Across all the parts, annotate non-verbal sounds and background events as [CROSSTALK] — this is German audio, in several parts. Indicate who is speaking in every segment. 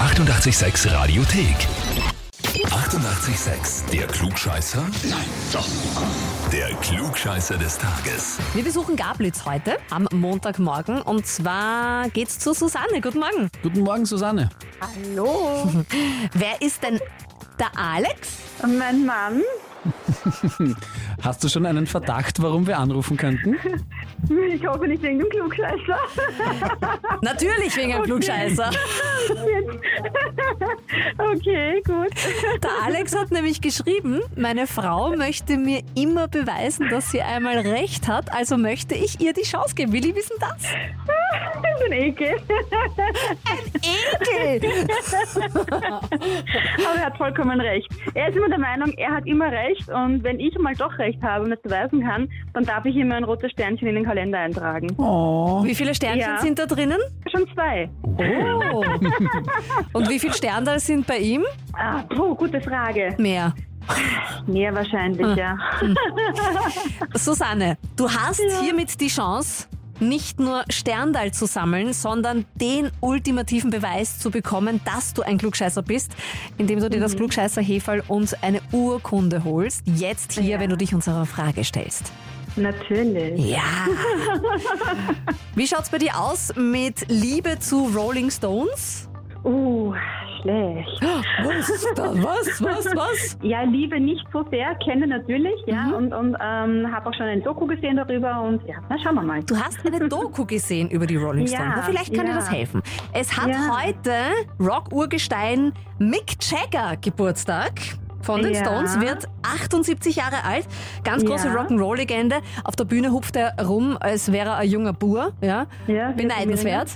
Speaker 1: 886 Radiothek. 88,6. Der Klugscheißer? Nein, doch. Der Klugscheißer des Tages.
Speaker 2: Wir besuchen Gablitz heute am Montagmorgen und zwar geht's zu Susanne. Guten Morgen.
Speaker 3: Guten Morgen, Susanne.
Speaker 4: Hallo,
Speaker 2: Wer ist denn der Alex?
Speaker 4: [LAUGHS] mein Mann.
Speaker 3: Hast du schon einen Verdacht, warum wir anrufen könnten?
Speaker 4: Ich hoffe nicht wegen dem Klugscheißer. [LAUGHS]
Speaker 2: Natürlich wegen einem Klugscheißer.
Speaker 4: Okay, gut. [LAUGHS]
Speaker 2: Der Alex hat nämlich geschrieben, meine Frau möchte mir immer beweisen, dass sie einmal recht hat, also möchte ich ihr die Chance geben. Wie lieb ist denn das?
Speaker 4: Das ist ein Ekel.
Speaker 2: Ekel!
Speaker 4: Aber er hat vollkommen recht. Er ist immer der Meinung, er hat immer recht und wenn ich mal doch recht habe und es beweisen kann, dann darf ich ihm ein rotes Sternchen in den Kalender eintragen.
Speaker 3: Oh.
Speaker 2: Wie viele Sternchen
Speaker 4: Ja.
Speaker 2: sind da drinnen?
Speaker 4: Schon zwei.
Speaker 2: Oh. Und wie viele Sterne sind bei ihm?
Speaker 4: Ah, puh, gute Frage.
Speaker 2: Mehr.
Speaker 4: Mehr wahrscheinlich, ja.
Speaker 2: Susanne, du hast hiermit die Chance, nicht nur Sterndal zu sammeln, sondern den ultimativen Beweis zu bekommen, dass du ein Klugscheißer bist, indem du dir das klugscheißer Heferl und eine Urkunde holst. Jetzt hier,
Speaker 4: Ja.
Speaker 2: wenn du dich unserer Frage stellst.
Speaker 4: [LAUGHS] Natürlich.
Speaker 2: Ja. [LAUGHS] Wie schaut's bei dir aus mit Liebe zu Rolling Stones?
Speaker 4: Uh, schlecht.
Speaker 2: Was? Was? Was? Was?
Speaker 4: Ja, Liebe nicht so sehr, kenne natürlich, ja, und, und ähm, habe auch schon ein Doku gesehen darüber und ja, na schauen wir mal.
Speaker 2: Du hast
Speaker 4: [LAUGHS]
Speaker 2: eine Doku gesehen über die Rolling Stones.
Speaker 4: Ja,
Speaker 2: Na, vielleicht kann dir
Speaker 4: ja.
Speaker 2: das helfen. Es hat
Speaker 4: Ja.
Speaker 2: heute Rock-Urgestein Mick Jagger Geburtstag. Von den
Speaker 4: Ja.
Speaker 2: Stones wird 78 Jahre alt, ganz große
Speaker 4: Ja.
Speaker 2: Rock'n'Roll-Legende. Auf der Bühne hupft er rum, als wäre er ein junger Bur. Ja?
Speaker 4: Ja,
Speaker 2: Beneidenswert.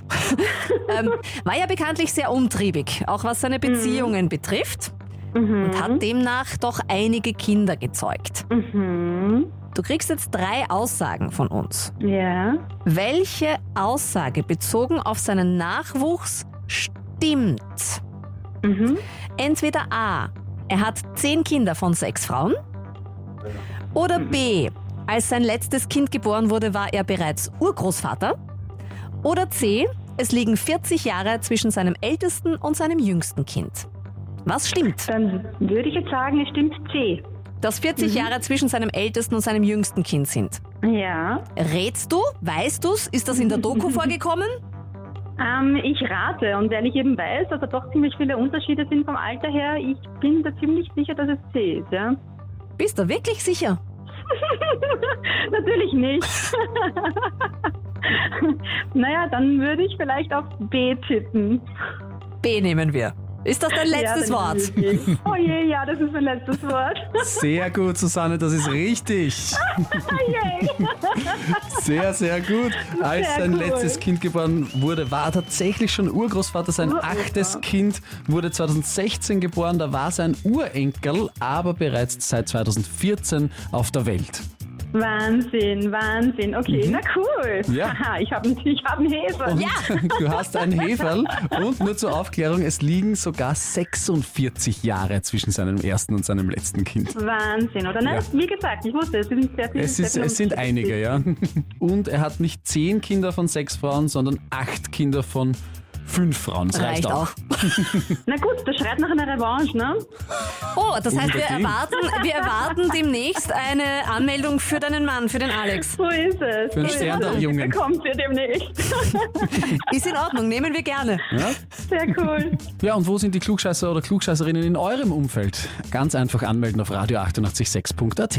Speaker 2: [LAUGHS] ähm, war ja bekanntlich sehr umtriebig, auch was
Speaker 4: Mhm.
Speaker 2: seine Beziehungen betrifft. Und hat demnach doch einige Kinder gezeugt.
Speaker 4: Mhm.
Speaker 2: Du kriegst jetzt drei Aussagen von uns.
Speaker 4: Ja.
Speaker 2: Welche Aussage bezogen auf seinen Nachwuchs stimmt?
Speaker 4: Mhm.
Speaker 2: Entweder A. Er hat zehn Kinder von sechs Frauen. Oder B. Als sein letztes Kind geboren wurde, war er bereits Urgroßvater. Oder C. Es liegen 40 Jahre zwischen seinem ältesten und seinem jüngsten Kind. Was stimmt?
Speaker 4: Dann würde ich jetzt sagen, es stimmt C.
Speaker 2: Dass 40 Jahre zwischen seinem ältesten und seinem jüngsten Kind sind.
Speaker 4: Ja.
Speaker 2: Rätst du? Weißt du's? Ist das in der Doku vorgekommen?
Speaker 4: Ähm, ich rate und weil ich eben weiß, dass da doch ziemlich viele Unterschiede sind vom Alter her, ich bin da ziemlich sicher, dass es C ist, ja. [LAUGHS]
Speaker 2: Bist du wirklich sicher?
Speaker 4: Natürlich nicht. [LAUGHS] naja, dann würde ich vielleicht auf B tippen.
Speaker 2: B nehmen wir. Ist das dein letztes
Speaker 4: ja, dann
Speaker 2: Wort?
Speaker 4: ist es C. Oh je, ja, das ist mein letztes Wort. [LAUGHS]
Speaker 3: Sehr gut, Susanne, das ist richtig.
Speaker 2: [LAUGHS]
Speaker 4: Yay.
Speaker 3: Sehr, sehr gut. Als
Speaker 4: Sehr
Speaker 3: sein
Speaker 4: cool.
Speaker 3: letztes Kind geboren wurde, war er tatsächlich schon Urgroßvater. Sein
Speaker 4: Uropa.
Speaker 3: achtes Kind wurde 2016 geboren. Da war sein Urenkel, aber bereits seit 2014 auf der Welt.
Speaker 4: Wahnsinn, Wahnsinn. Okay, na cool.
Speaker 3: Ja.
Speaker 4: Haha, ich habe ich hab einen Hefe.
Speaker 3: Und
Speaker 2: Mhm. Ja.
Speaker 3: [LAUGHS] du hast ein Heferl und nur zur Aufklärung, es liegen sogar 46 Jahre zwischen seinem ersten und seinem letzten Kind.
Speaker 4: Wahnsinn, oder? Nein,
Speaker 3: Ja.
Speaker 4: wie gesagt, ich wusste, es sind sehr viele.
Speaker 3: Es, ist,
Speaker 4: sehr viele
Speaker 3: es sind
Speaker 4: Unterschiede.
Speaker 3: einige, ja. Und er hat nicht zehn Kinder von sechs Frauen, sondern acht Kinder von fünf Frauen. Das reicht,
Speaker 2: Reicht auch.
Speaker 4: Na gut, das schreit nach einer Revanche, ne?
Speaker 2: Oh, das heißt, wir
Speaker 3: Unbedingt.
Speaker 2: erwarten, wir erwarten demnächst eine Anmeldung für deinen Mann, für den Alex.
Speaker 4: So ist es.
Speaker 3: Für einen
Speaker 4: so ist
Speaker 3: Stern der
Speaker 4: es.
Speaker 3: Jungen.
Speaker 4: Kommt ihr demnächst.
Speaker 2: Ist in Ordnung, nehmen wir gerne.
Speaker 3: Ja?
Speaker 4: Sehr cool.
Speaker 3: ja, und wo sind die Klugscheißer oder Klugscheißerinnen in eurem Umfeld? Ganz einfach anmelden auf radio886.at.